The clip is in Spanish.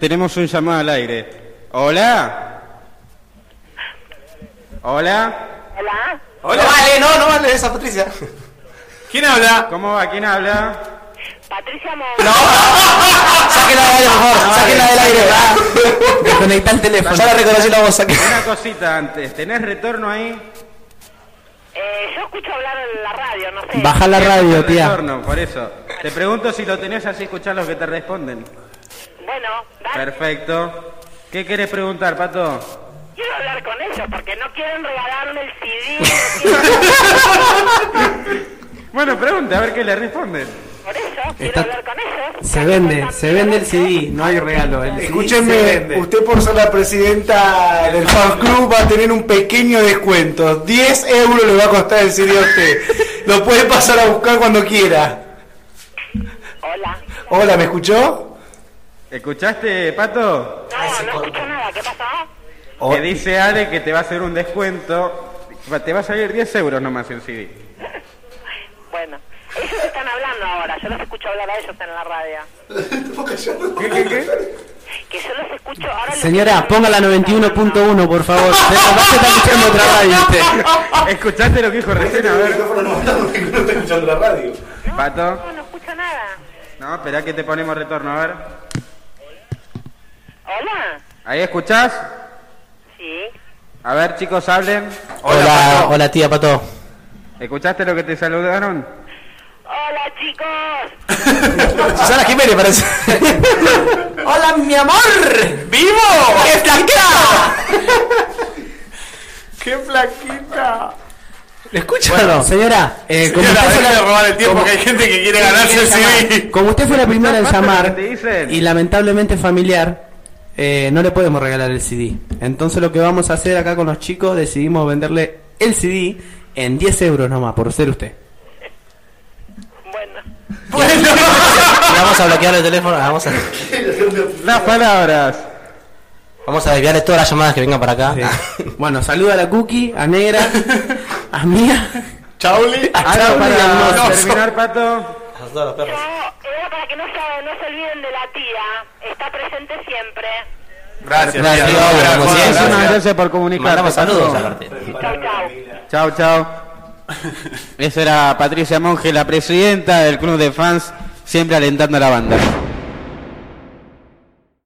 Tenemos un llamado al aire. ¿Hola? ¿Hola? Hola, No vale, no, no vale esa Patricia. ¿Quién habla? ¿Cómo va? ¿Quién habla? Patricia Mo. Sáquela del aire, por favor. No, Sáquela vale. del aire. Desconecta el teléfono. Ya la reconocí la voz. saque- Una cosita antes. ¿Tenés retorno ahí? Eh, yo escucho hablar en la radio, no sé. Baja la radio, Tenés tía. Retorno, por eso. Te pregunto si lo tenés así escuchar los que te responden. Bueno, dale. Perfecto. ¿Qué querés preguntar, Pato? quiero hablar con ellos porque no quieren regalarme el CD. no quieren- Bueno, pregunta, a ver qué le responden. Por eso quiero Está- hablar con ellos. Se vende, se vende el CD, no hay regalo. El CD se Escúcheme, vende. usted por ser la presidenta del fan club va a tener un pequeño descuento. 10 euros le va a costar el CD a usted. Lo puede pasar a buscar cuando quiera. Hola. Hola, ¿me escuchó? ¿Escuchaste, Pato? No, no escucho nada. ¿Qué pasó? Oh, Te dice Ale que te va a hacer un descuento. Te va a salir 10 euros nomás el CD. Bueno, ellos están hablando ahora. Yo los escucho hablar a ellos en la radio. ¿Qué, qué, qué? Que yo los escucho ahora. los- Señora, ponga la 91.1, por favor. Se la va a estar escuchando otra radio usted. ¿Escuchaste lo que dijo recién? A ver, no está escuchando la radio. Pato. No, no escucho nada. No, espera que te ponemos retorno, a ver. Hola. ¿Ahí escuchás? Sí. A ver, chicos, hablen. Ah, Hola, hola tía Pato. ¿Escuchaste lo que te saludaron? Hola, chicos. Susana Jiménez parece. hola mi amor. Vivo. ¡Qué flaquita! ¡Qué flaquita! ¿Lo escucha o no? Señora, eh, como, usted fue deja de la, robar el tiempo que hay gente que quiere ganarse el CV. como usted fue la primera en ¿Escuchás, Pato, lo llamar que te dicen? y lamentablemente familiar, eh, no le podemos regalar el CD. Entonces lo que vamos a hacer acá con los chicos, decidimos venderle el CD en 10 euros nomás, por ser usted. Bueno. Le vamos a bloquear el teléfono. Vamos a, Las palabras. vamos a desviarle todas las llamadas que vengan para acá. Bueno, saluda a la Cookie, a Negra, a Mía. Chauli. a Ahora Chau, para para- terminar, Pato. A todos los Yo, perros. era para que no se, no se olviden de la tía. Está presente siempre. Gracias, Gracias, tía. Pablo, Gracias. como siempre. Muchísimas Gracias. gracias por comunicarte. Mandamos Pato. saludos aparte. Chau, chau. Chao, chao. Esa era Patricia Monge, la presidenta del club de fans, siempre alentando a la banda.